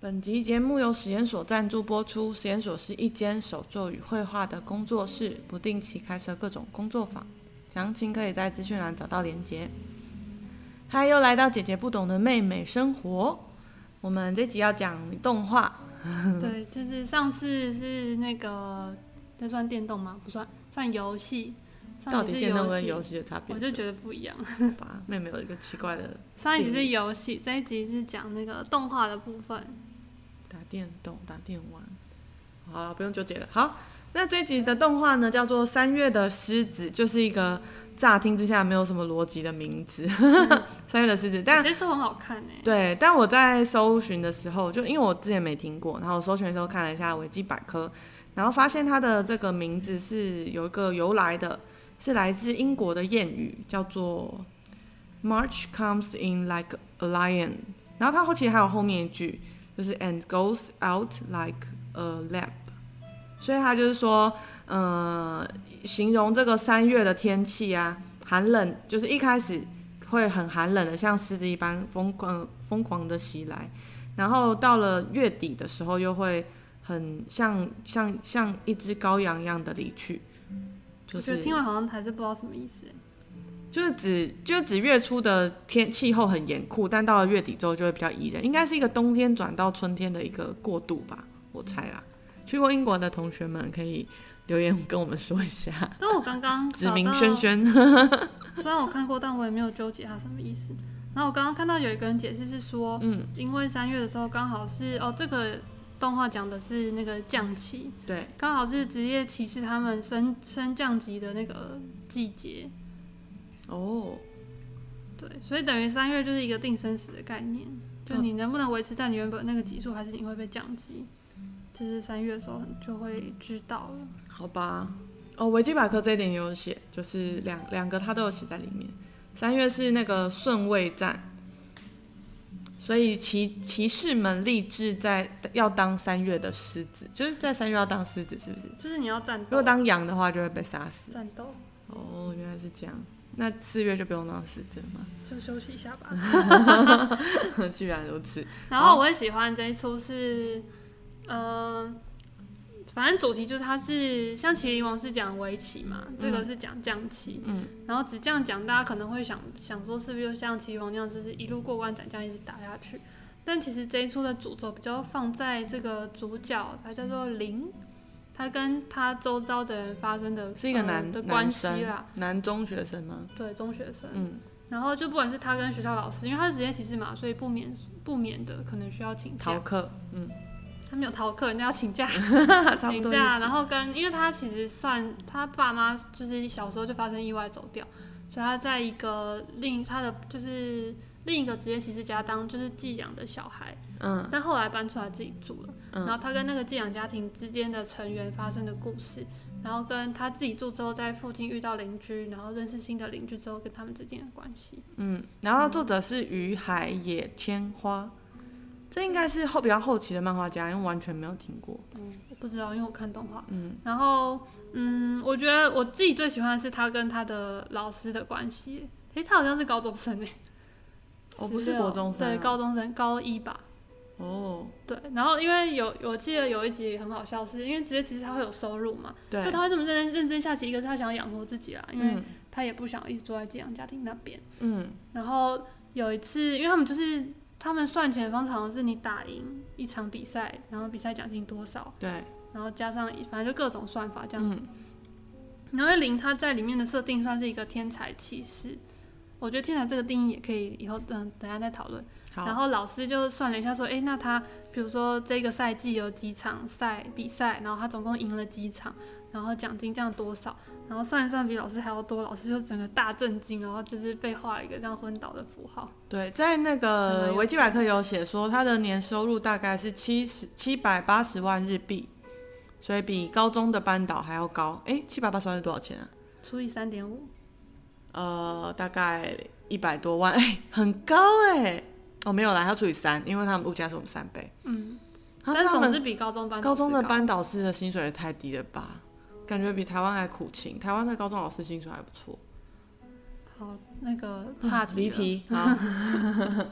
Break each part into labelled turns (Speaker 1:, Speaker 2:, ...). Speaker 1: 本集节目由实验所赞助播出。实验所是一间手作与绘画的工作室，不定期开设各种工作坊，详情可以在资讯栏找到连结。嗨，又来到姐姐不懂的妹妹生活，我们这集要讲动画，嗯
Speaker 2: 对，就是上次是那个，那算电动吗？不算，算游戏。
Speaker 1: 到
Speaker 2: 上一
Speaker 1: 底
Speaker 2: 集是
Speaker 1: 电动
Speaker 2: 游
Speaker 1: 跟游
Speaker 2: 戏，
Speaker 1: 戏的差别是
Speaker 2: 我就
Speaker 1: 什么？
Speaker 2: 觉得不一样。
Speaker 1: 得吧，妹妹有一个奇怪的
Speaker 2: 上一集是游戏，这一集是讲那个动画的部分。
Speaker 1: 打电动、打电玩。好了，不用纠结了。好，那这集的动画呢，叫做《三月的狮子》，就是一个乍听之下没有什么逻辑的名字， 三月的狮子》。但
Speaker 2: 这次很好看哎、
Speaker 1: 对，但我在搜寻的时候，就因为我之前没听过，然后我搜寻的时候看了一下维基百科，然后发现它的这个名字是有一个由来的，是来自英国的谚语，叫做 “March comes in like a lion”。然后它后期还有后面一句，就是 “and goes out like a lamb”。所以它就是说，呃，形容这个三月的天气啊，寒冷，就是一开始会很寒冷的，像狮子一般疯狂疯狂的袭来。然后到了月底的时候，又会很像像像一只羔羊一样的离去，就
Speaker 2: 我觉
Speaker 1: 是
Speaker 2: 得听完好像还是不知道什么意思、欸。
Speaker 1: 就是指就是指月初的天气候很严酷，但到了月底之后就会比较宜人，应该是一个冬天转到春天的一个过渡吧，我猜啦。去过英国的同学们可以留言跟我们说一下，
Speaker 2: 但我刚刚
Speaker 1: 指
Speaker 2: 找
Speaker 1: 明
Speaker 2: 到，
Speaker 1: 轩轩。
Speaker 2: 虽然我看过，但我也没有纠结它什么意思。然后我刚刚看到有一个人解释是说，嗯，因为三月的时候刚好是哦，这个动画讲的是那个降旗，
Speaker 1: 对，
Speaker 2: 刚好是职业骑士他们升升降级的那个季节，
Speaker 1: 哦，
Speaker 2: 对，所以等于三月就是一个定生死的概念，就你能不能维持在你原本那个级数，还是你会被降级，就是三月的时候就会知道了。
Speaker 1: 好吧，哦，维基百科这一点也有写，就是两两个它都有写在里面。三月是那个顺位战，所以骑骑士们立志在要当三月的狮子，就是在三月要当狮子，是不是？
Speaker 2: 就是你要战
Speaker 1: 如
Speaker 2: 斗
Speaker 1: 果，当羊的话，就会被杀死。
Speaker 2: 战斗
Speaker 1: 哦，原来是这样。那四月就不用当狮子了吗？
Speaker 2: 就休息一下吧。
Speaker 1: 居然如此。
Speaker 2: 然后我也喜欢这一出是，呃，反正主题就是它是像《麒麟王》是讲围棋嘛，
Speaker 1: 嗯
Speaker 2: 这个是讲将棋，嗯，然后只这样讲，大家可能会想想说是不是就像《麒麟王》那样，就是一路过关斩将一直打下去。但其实这一出的主轴比较放在这个主角，他叫做林，他跟他周遭的人发生的
Speaker 1: 是一个
Speaker 2: 呃
Speaker 1: 男、
Speaker 2: 的关
Speaker 1: 男
Speaker 2: 系
Speaker 1: 生
Speaker 2: 啦，
Speaker 1: 男中学生吗？
Speaker 2: 对中学生，
Speaker 1: 嗯，
Speaker 2: 然后就不管是他跟学校老师，因为他是职业骑士嘛，所以不免不免的可能需要请假
Speaker 1: 逃，课，嗯，
Speaker 2: 他没有逃课，人家要请假，
Speaker 1: 差不
Speaker 2: 请
Speaker 1: 多意
Speaker 2: 假，
Speaker 1: 思。
Speaker 2: 然后跟因为他其实算他爸妈就是小时候就发生意外走掉，所以他在一个另他的就是另一个职业骑士家当就是寄养的小孩，
Speaker 1: 嗯，
Speaker 2: 但后来搬出来自己住了。然后他跟那个寄养家庭之间的成员发生的故事，然后跟他自己住之后在附近遇到邻居，然后认识新的邻居之后跟他们之间的关系。
Speaker 1: 嗯，然后作者是于海野千花，这应该是后比较后期的漫画家，因为完全没有听过。
Speaker 2: 我不知道，因为我看动画。嗯，然后嗯，我觉得我自己最喜欢的是他跟他的老师的关系。诶，他好像是高中生诶，
Speaker 1: 哦不是
Speaker 2: 16
Speaker 1: 国中生啊
Speaker 2: 对，高中生，高一吧。
Speaker 1: 哦，
Speaker 2: 对，然后因为有我记得有一集很好笑是，因为职业其实他会有收入嘛，所以
Speaker 1: 对，
Speaker 2: 他会这么认真认真下棋。一个是他想要养活自己啦，因为
Speaker 1: 嗯
Speaker 2: 他也不想一直坐在寄养家庭那边。
Speaker 1: 嗯，
Speaker 2: 然后有一次，因为他们就是他们算钱的方式好像是你打赢一场比赛，然后比赛奖金多少，
Speaker 1: 对，嗯
Speaker 2: 然后加上反正就各种算法这样子。然后因为林他在里面的设定算是一个天才骑士，我觉得天才这个定义也可以以后嗯等等一下再讨论。然
Speaker 1: 好，
Speaker 2: 后老师就算了一下说，哎诶，那他比如说这个赛季有几场赛比赛，然后他总共赢了几场，然后奖金这样多少，然后算一算比老师还要多，老师就整个大震惊，然后就是被画了一个这样昏倒的符号。
Speaker 1: 对，在那
Speaker 2: 还蛮
Speaker 1: 个
Speaker 2: 有
Speaker 1: 维基百科有写说，他的年收入大概是七十七百八十万日币，所以比高中的班导还要高。诶，七百八十万是多少钱啊？
Speaker 2: 除以三点五，
Speaker 1: 呃，大概一百多万，哎、很高哎、哦，没有啦，要除以三，因为他们物价是我们三倍。
Speaker 2: 嗯，
Speaker 1: 他
Speaker 2: 但
Speaker 1: 他
Speaker 2: 总
Speaker 1: 们
Speaker 2: 是比高中班
Speaker 1: 高中的
Speaker 2: 老师
Speaker 1: 班导师的薪水也太低了吧？感觉比台湾还苦情。台湾的高中老师薪水还不错。
Speaker 2: 哦高好那个差题
Speaker 1: 离
Speaker 2: 了
Speaker 1: 题，好，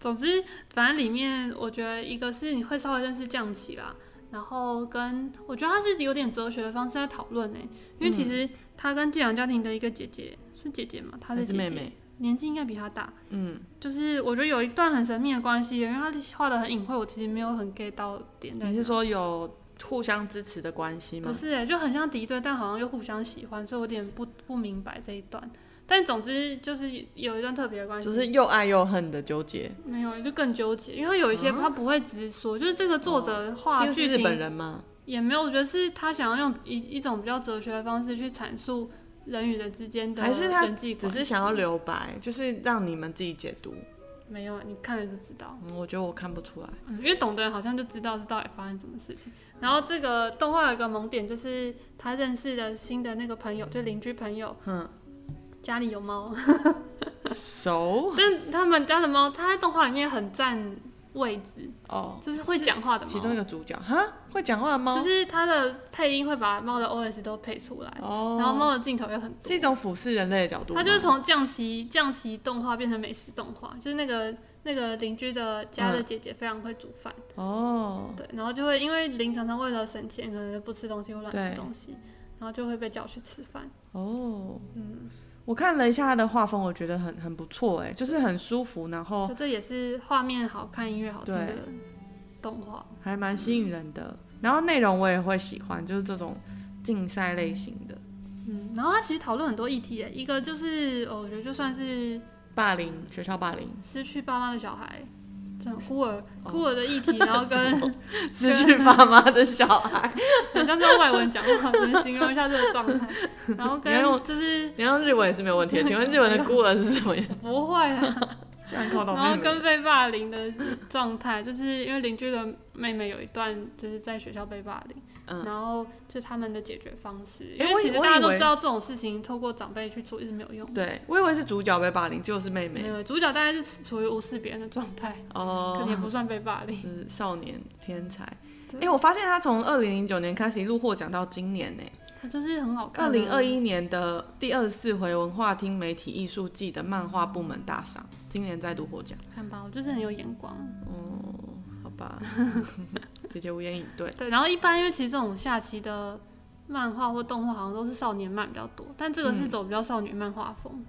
Speaker 2: 总之，反正里面我觉得一个是你会稍微认识降旗啦，然后跟我觉得他是有点哲学的方式在讨论呢，欸因为
Speaker 1: 嗯
Speaker 2: 其实他跟寄养家庭的一个姐姐是姐姐嘛，她
Speaker 1: 还
Speaker 2: 的
Speaker 1: 是
Speaker 2: 姐
Speaker 1: 妹
Speaker 2: 姐
Speaker 1: 妹，
Speaker 2: 年纪应该比他大，
Speaker 1: 嗯，
Speaker 2: 就是我觉得有一段很神秘的关系，因为他画的很隐晦，我其实没有很 get 到点在哪。
Speaker 1: 你是说有互相支持的关系
Speaker 2: 不
Speaker 1: 吗？
Speaker 2: 是、欸，就很像敌对，但好像又互相喜欢，所以我有点不不明白这一段。但总之就是有一段特别的关系，
Speaker 1: 就是又爱又恨的纠结，
Speaker 2: 没有就更纠结，因为他有一些他不会直说，就是这个作者画
Speaker 1: 是因为
Speaker 2: 剧
Speaker 1: 啊哦是日本
Speaker 2: 情
Speaker 1: 人吗？
Speaker 2: 也没有，我觉得是他想要用一一种比较哲学的方式去阐述人与人之间的
Speaker 1: 还是他
Speaker 2: 人际
Speaker 1: 只
Speaker 2: 关系。
Speaker 1: 是想要留白，就是让你们自己解读。
Speaker 2: 没有，你看了就知道。
Speaker 1: 嗯，我觉得我看不出来。
Speaker 2: 嗯，因为懂的人好像就知道是到底发生什么事情。然后这个动画有一个萌点，就是他认识的新的那个朋友，就邻居朋友，
Speaker 1: 嗯，
Speaker 2: 家里有猫，
Speaker 1: 熟
Speaker 2: 但他们家的猫，它在动画里面很占位置，
Speaker 1: 哦，
Speaker 2: 就是会讲话的
Speaker 1: 其中一
Speaker 2: 猫，
Speaker 1: 个主角哈，会讲话的猫
Speaker 2: 就是它的配音会把猫的 OS 都配出来，
Speaker 1: 哦，
Speaker 2: 然后猫的镜头也很多
Speaker 1: 是一。种俯视人类的角度吗，
Speaker 2: 它就是从降旗降旗动画变成美食动画，就是那个那个邻居的家的姐姐非常会煮饭。
Speaker 1: 哦，
Speaker 2: 对，然后就会因为林常常为了省钱，可能就不吃东西或乱
Speaker 1: 对
Speaker 2: 吃东西，然后就会被叫去吃饭。
Speaker 1: 哦，
Speaker 2: 嗯，
Speaker 1: 我看了一下他的画风，我觉得很很不错哎，就是很舒服，然后
Speaker 2: 就这也是画面好看、音乐好听的
Speaker 1: 哦对
Speaker 2: 动画。
Speaker 1: 还蛮吸引人的。然后内容我也会喜欢，就是这种竞赛类型的
Speaker 2: 嗯，然后它其实讨论很多议题耶，一个就是、哦、我觉得就算是
Speaker 1: 霸凌，学校 霸凌，
Speaker 2: 失去爸妈的小孩，这种孤儿
Speaker 1: 哦
Speaker 2: 孤儿的议题，然后跟
Speaker 1: 失去爸妈的小孩，
Speaker 2: 很像这种外文讲话，只能形容一下这个状 态，然后
Speaker 1: 你要
Speaker 2: 跟
Speaker 1: 用
Speaker 2: 就是
Speaker 1: 你要用日文也是没有问 题的。请问日文的孤儿是什么？
Speaker 2: 不会啊。
Speaker 1: 虽然靠到
Speaker 2: 然后
Speaker 1: 妹妹
Speaker 2: 跟被霸凌的状态，就是因为邻居的妹妹有一段就是在学校被霸凌，
Speaker 1: 嗯
Speaker 2: 然后就他们的解决方式，
Speaker 1: 诶
Speaker 2: 因
Speaker 1: 我
Speaker 2: 为
Speaker 1: 以
Speaker 2: 其实
Speaker 1: 我
Speaker 2: 大家
Speaker 1: 以
Speaker 2: 都
Speaker 1: 为
Speaker 2: 知道这种事情透过长辈去做是没有用的。
Speaker 1: 对，我以为是主角被霸凌，结果是妹
Speaker 2: 没
Speaker 1: 妹
Speaker 2: 有，主角大概是处于无视别人的状态，可能
Speaker 1: 哦
Speaker 2: 也，不算被霸凌。
Speaker 1: 是少年天才。哎、
Speaker 2: 对
Speaker 1: 我发现他从二零零九年开始一路获奖到今年呢、
Speaker 2: 他就是很好看、啊
Speaker 1: 二零二，一年的第二十四回文化厅媒体艺术季的漫画部门大赏，今年再度获奖。
Speaker 2: 看吧，我就是很有眼光。啊
Speaker 1: 哦，好 吧，姐姐无言以对。
Speaker 2: 对，然后一般因为其实这种下棋的漫画或动画好像都是少年漫比较多，但这个是
Speaker 1: 嗯
Speaker 2: 走比较少女漫画风，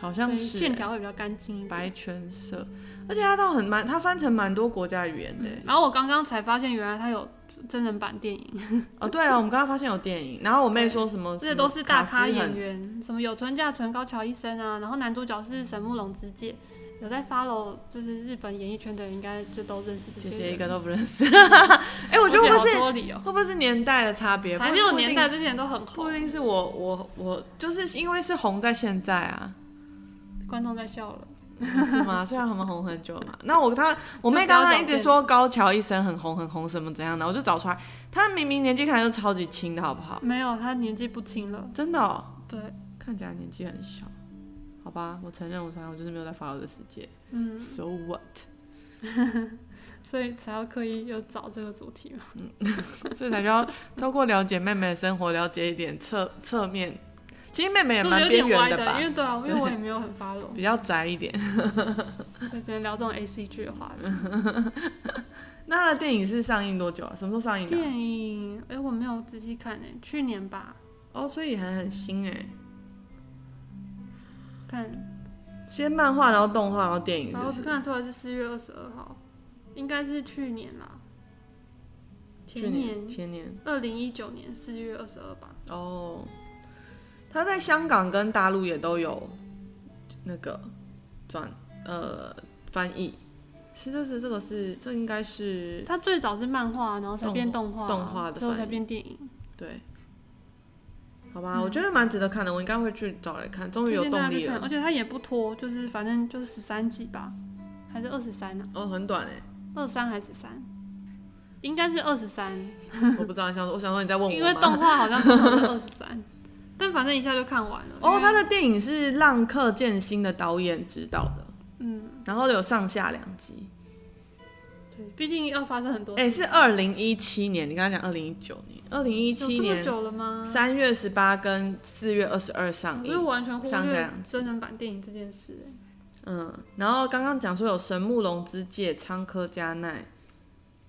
Speaker 1: 好
Speaker 2: 所
Speaker 1: 像
Speaker 2: 以
Speaker 1: 是欸、
Speaker 2: 线条会比较干净一点。
Speaker 1: 白圈色，而且他倒很蛮，他翻成蛮多国家语言的欸、
Speaker 2: 然后我刚刚才发现，原来它有真人版电影，
Speaker 1: 哦，对啊，我们刚刚发现有电影，然后我妹说什么，
Speaker 2: 这都是大
Speaker 1: 咖
Speaker 2: 咖演员，什么有村架纯、高桥一生啊，然后男主角是神木隆之介。有在 follow 就是日本演艺圈的人，应该就都认识这些
Speaker 1: 姐
Speaker 2: 人。
Speaker 1: 姐一个都 不认识。 哎、我觉得会
Speaker 2: 姐
Speaker 1: 不
Speaker 2: 好
Speaker 1: 会是
Speaker 2: 多理由，
Speaker 1: 会不会是年代的差别？
Speaker 2: 才
Speaker 1: 不
Speaker 2: 没有年，代，
Speaker 1: 不一定
Speaker 2: 这些人都很
Speaker 1: 不
Speaker 2: 红
Speaker 1: 一。定是我我我，就是因为是红在现在啊，
Speaker 2: 观众在笑了，
Speaker 1: 是吗？ 虽然他们红很久嘛。那我他我妹
Speaker 2: 就不要
Speaker 1: 刚刚
Speaker 2: 找
Speaker 1: 一直说高桥医生很红很红什么怎样的，我就找出来，他明明年纪看起来就超级轻的好不好？
Speaker 2: 没有他年纪不轻了。
Speaker 1: 真的、哦，
Speaker 2: 对，
Speaker 1: 看起来年纪很小。好吧，我承认我反正我就是没有在 follow 这世界。
Speaker 2: 嗯，
Speaker 1: So what？
Speaker 2: 所以才要刻意又找这个主题嘛。
Speaker 1: 所以才需要通过了解妹妹的生活，了解一点侧侧面。其实妹妹也
Speaker 2: 我觉得
Speaker 1: 蛮
Speaker 2: 有
Speaker 1: 边
Speaker 2: 点
Speaker 1: 缘
Speaker 2: 歪
Speaker 1: 的吧
Speaker 2: 因，为对啊，因为我也没有很 follow，
Speaker 1: 比较宅一点。
Speaker 2: 所以只能聊这种 A C G 的话题。
Speaker 1: 嗯那他的电影是上映多久啊？什么时候上映的啊、
Speaker 2: 电影，哎、我没有仔细看诶、哎去年吧，
Speaker 1: 哦，所以还很新哎、
Speaker 2: 看，
Speaker 1: 先漫画，然后动画，然后电影是
Speaker 2: 然
Speaker 1: 不
Speaker 2: 后哦我
Speaker 1: 是
Speaker 2: 只看得出来是四月二十二号，应该是去年啦，
Speaker 1: 去
Speaker 2: 前
Speaker 1: 年
Speaker 2: 年，
Speaker 1: 前年
Speaker 2: 二零一九年四月二十二吧，
Speaker 1: 哦。他在香港跟大陆也都有那个转呃翻译，是这是这个是这应该是
Speaker 2: 它最早是漫画，然后才变动画、啊
Speaker 1: 动画的
Speaker 2: 之后才
Speaker 1: 翻译
Speaker 2: 变电影，
Speaker 1: 对，好吧，我觉得蛮值得看的，我应该会去找来看，终于有
Speaker 2: 嗯推荐大
Speaker 1: 动
Speaker 2: 家去
Speaker 1: 力
Speaker 2: 看，
Speaker 1: 了
Speaker 2: 而。且它也不拖，就是反正就是十三集吧，还是二十三呢？
Speaker 1: 哦，很短 哎、
Speaker 2: 二三还是十三？应该是二十三，
Speaker 1: 我不知道，想说我想说你在问
Speaker 2: 因
Speaker 1: 我
Speaker 2: 为
Speaker 1: 吗？
Speaker 2: 动画好像通常是二十三， 但反正一下就看完了。
Speaker 1: 哦，
Speaker 2: 因为
Speaker 1: 他的电影是浪客剑心的导演执导的，
Speaker 2: 嗯，
Speaker 1: 然后有上下两集。
Speaker 2: 对，毕竟要发生很多
Speaker 1: 哎、是二零一七年，你刚刚讲二零一九年，二零一
Speaker 2: 有
Speaker 1: 七
Speaker 2: 这么
Speaker 1: 年
Speaker 2: 久了吗？
Speaker 1: 三月十八跟四月二十二上
Speaker 2: 我就
Speaker 1: 映。
Speaker 2: 完全忽
Speaker 1: 上下
Speaker 2: 略
Speaker 1: 两
Speaker 2: 真人版电影这件事、欸。
Speaker 1: 嗯，然后刚刚讲说有神木隆之介、仓科加奈、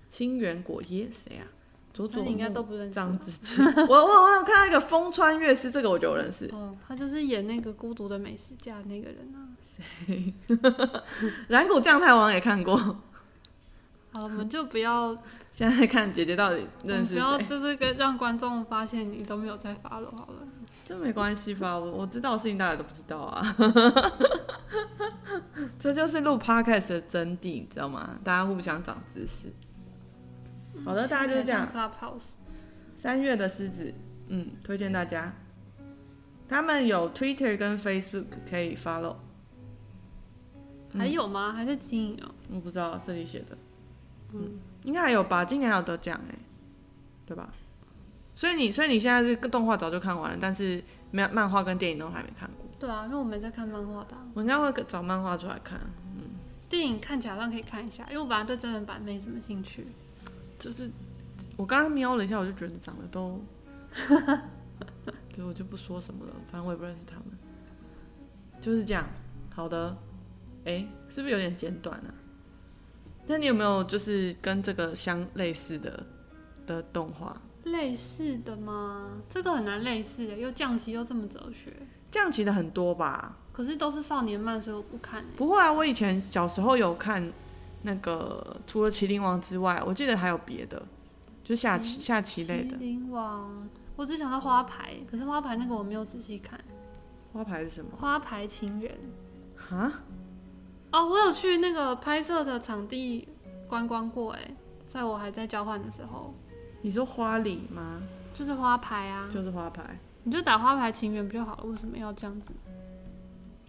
Speaker 1: 清源果耶，谁啊？佐
Speaker 2: 那
Speaker 1: 佐
Speaker 2: 你应该都
Speaker 1: 木
Speaker 2: 不认识吧
Speaker 1: 张。之介。 我我我有看到一个风川月司，这个我就有认识。
Speaker 2: 哦，他就是演那个《孤独的美食家》的那个人啊。
Speaker 1: 染谷将太王也看过，
Speaker 2: 好，我们就不要，
Speaker 1: 现在看姐姐到底
Speaker 2: 我们
Speaker 1: 认
Speaker 2: 哦不
Speaker 1: 识
Speaker 2: 要
Speaker 1: 谁，
Speaker 2: 就是跟让观众发现你都没有在发了好了。
Speaker 1: 这没关系吧？我我知道的事情大家都不知道啊。 这就是录 podcast 的真谛，你知道吗？大家互相长知识。
Speaker 2: 嗯
Speaker 1: 好的，大家就是这样
Speaker 2: 听。起来像 Clubhouse，
Speaker 1: 三月的狮子，嗯，推荐大家。他们有 Twitter 跟 Facebook 可以 follow，
Speaker 2: 还有吗？还在经营哦。
Speaker 1: 我不知道这里写的，嗯，应该还有吧，今年还有得奖哎、对吧？所以你，所以你现在是动画早就看完了，但是漫漫画跟电影都还没看过。
Speaker 2: 对啊，因为我没在看漫画的啊、
Speaker 1: 我应该会找漫画出来看，啊
Speaker 2: 电影看起来好像可以看一下，因为我本来对真人版没什么兴趣。
Speaker 1: 就是我刚刚瞄了一下，我就觉得长得都，就我就不说什么了，反正我也不认识他们，就是这样。好的，哎、是不是有点简短啊？那你有没有就是跟这个相类似的的动画？
Speaker 2: 类似的吗？这个很难类似的，又降旗又这么哲学，
Speaker 1: 这样其实很多吧？
Speaker 2: 可是都是少年漫，所以我不看、欸。
Speaker 1: 不会啊，我以前小时候有看那个，除了《麒麟王》之外，我记得还有别的，就下棋、下嗯棋类的
Speaker 2: 麒。麟王，我只想到花牌，可是花牌那个我没有仔细看。
Speaker 1: 花牌是什么？
Speaker 2: 花牌情缘
Speaker 1: 啊？
Speaker 2: 哦，我有去那个拍摄的场地观光过、欸，哎，在我还在交换的时候，
Speaker 1: 你说花礼吗？
Speaker 2: 就是花牌啊，
Speaker 1: 就是花牌。
Speaker 2: 你就打花牌情缘不就好了？为什么要这样子？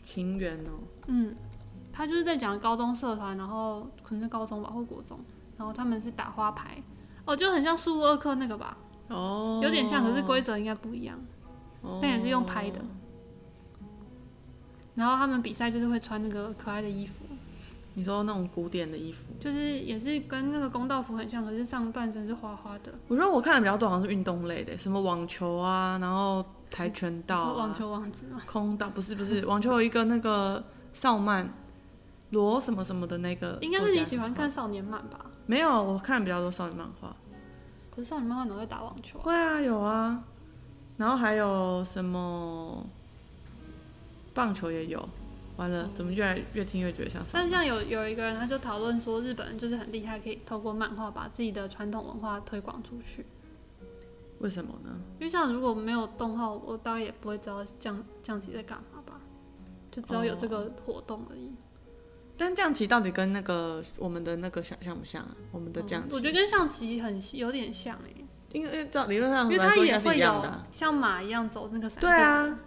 Speaker 1: 情缘哦，
Speaker 2: 嗯，他就是在讲高中社团，然后可能是高中吧或国中，然后他们是打花牌，哦，就很像数二课那个吧，
Speaker 1: 哦，
Speaker 2: 有点像，可是规则应该不一样，
Speaker 1: 哦
Speaker 2: 但也是用拍的。然后他们比赛就是会穿那个可爱的衣服，
Speaker 1: 你说那种古典的衣服，
Speaker 2: 就是也是跟那个公道服很像，可是上半身是花花的，
Speaker 1: 我觉得我看的比较多，好像是运动类的，什么网球啊，然后跆拳道、
Speaker 2: 就
Speaker 1: 啊、
Speaker 2: 网、球王子嘛。
Speaker 1: 空道，不是不是，网球有一个那个少曼罗什么什么的那个，
Speaker 2: 应该是你喜欢？看少年漫吧？
Speaker 1: 没有，我看比较多少女漫画。
Speaker 2: 可是少年漫画哪会打网球啊？
Speaker 1: 会啊，有啊，然后还有什么棒球也有。完了，怎么越来越听越觉得像少
Speaker 2: 但
Speaker 1: 女？
Speaker 2: 是像有有一个人，他就讨论说，日本人就是很厉害，可以透过漫画把自己的传统文化推广出去。
Speaker 1: 为什么呢？
Speaker 2: 因为像如果没有动画，我大概也不会知道降降旗在干嘛吧，就只要有这个
Speaker 1: 哦
Speaker 2: 活动而已。
Speaker 1: 但降旗到底跟那个我们的那个像像不像啊？我们的降旗，
Speaker 2: 嗯我觉得跟象棋很有点像哎、
Speaker 1: 应该照理论上
Speaker 2: 因为
Speaker 1: 来
Speaker 2: 它
Speaker 1: 说应
Speaker 2: 也
Speaker 1: 该是
Speaker 2: 会
Speaker 1: 一样
Speaker 2: 有
Speaker 1: 的啊、
Speaker 2: 像马一样走那个嗯闪
Speaker 1: 对
Speaker 2: 电，
Speaker 1: 啊，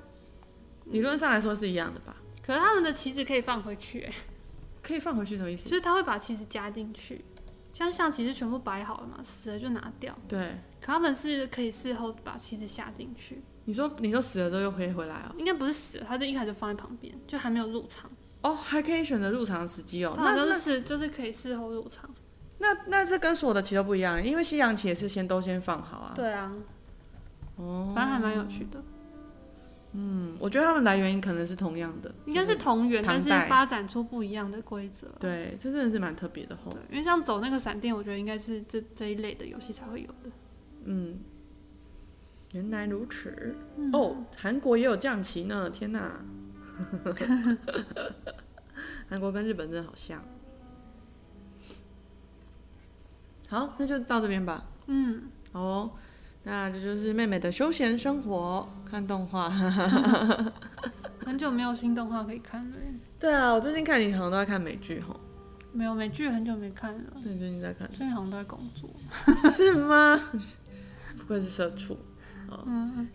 Speaker 1: 理论上来说是一样的吧？
Speaker 2: 可是他们的棋子可以放回去、欸，
Speaker 1: 可以放回去什么意思
Speaker 2: 就？是他会把棋子加进去。像象棋是全部摆好了嘛，死了就拿掉，
Speaker 1: 对，
Speaker 2: 可他们是可以事后把棋子下进去，
Speaker 1: 你说你说死了之后又可以回来哦，
Speaker 2: 应该不是死了，他就一开始就放在旁边，就还没有入场。
Speaker 1: 哦，还可以选择入场时机哦。
Speaker 2: 他
Speaker 1: 那
Speaker 2: 好像
Speaker 1: 那
Speaker 2: 是就是可以事后入场。
Speaker 1: 那那这跟所有的棋都不一样，因为西洋棋也是先都先放好啊。
Speaker 2: 对啊，
Speaker 1: 哦，
Speaker 2: 反正还蛮有趣的。
Speaker 1: 嗯，我觉得他们来源可能是同样的，
Speaker 2: 应该是同源，
Speaker 1: 唐
Speaker 2: 但
Speaker 1: 代
Speaker 2: 是发展出不一样的规则。
Speaker 1: 对，这真的是蛮特别的吼
Speaker 2: 对。，因为像走那个闪电，我觉得应该是这这一类的游戏才会有的。
Speaker 1: 嗯，原来如此。
Speaker 2: 嗯
Speaker 1: 哦，韩国也有降旗呢！天哪， 韩国跟日本真的好像。好，那就到这边吧。
Speaker 2: 嗯，
Speaker 1: 好哦，那这就是妹妹的休闲生活，看动画。
Speaker 2: 很久没有新动画可以看了耶，
Speaker 1: 对啊，我最近看你好像都在看美剧吼，
Speaker 2: 没有美剧很久没看了，
Speaker 1: 那你最近在看
Speaker 2: 最近好像都在工作。
Speaker 1: 是吗？不愧是社畜。哦、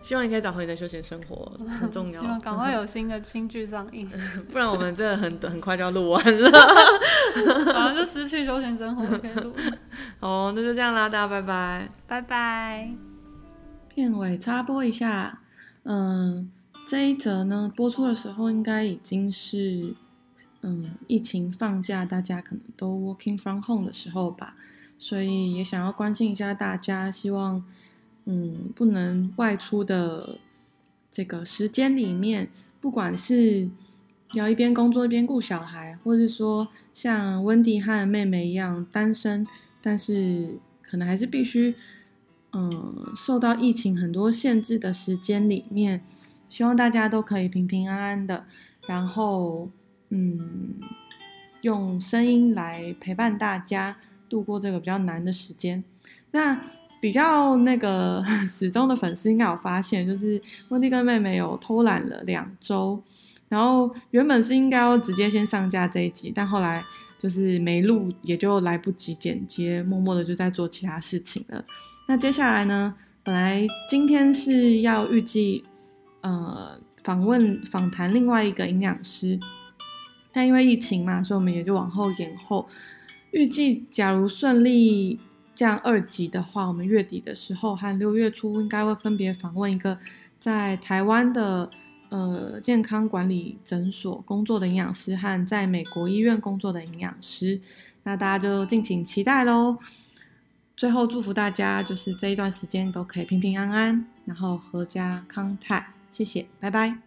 Speaker 1: 希望你可以找回你的休闲生活，很重
Speaker 2: 嗯希
Speaker 1: 要。
Speaker 2: 望赶快有新的新剧上 映，
Speaker 1: 不然我们真的很很快就要录完了。
Speaker 2: 然后就失去休闲生活可以录。
Speaker 1: 哦，那就这样啦，大家拜拜。
Speaker 2: 拜拜。
Speaker 1: 片尾插播一下，嗯，这一则呢播出的时候应该已经是，嗯，疫情放假，大家可能都 working from home 的时候吧，所以也想要关心一下大家，希望，嗯，不能外出的这个时间里面，不管是要一边工作一边顾小孩，或者是说像温迪和妹妹一样单身，但是可能还是必须，嗯，受到疫情很多限制的时间里面，希望大家都可以平平安安的，然后嗯，用声音来陪伴大家度过这个比较难的时间。那比较那个 始终的粉丝应该有发现，就是温蒂跟妹妹有偷懒了两周，然后原本是应该要直接先上架这一集，但后来就是没录，也就来不及剪接，默默的就在做其他事情了。那接下来呢，本来今天是要预计呃访问访谈另外一个营养师，但因为疫情嘛，所以我们也就往后延后。预计假如顺利降二级的话，我们月底的时候和六月初应该会分别访问一个在台湾的呃健康管理诊所工作的营养师和在美国医院工作的营养师，那大家就敬请期待喽。最后祝福大家，就是这一段时间都可以平平安安，然后阖家康泰。谢谢，拜拜。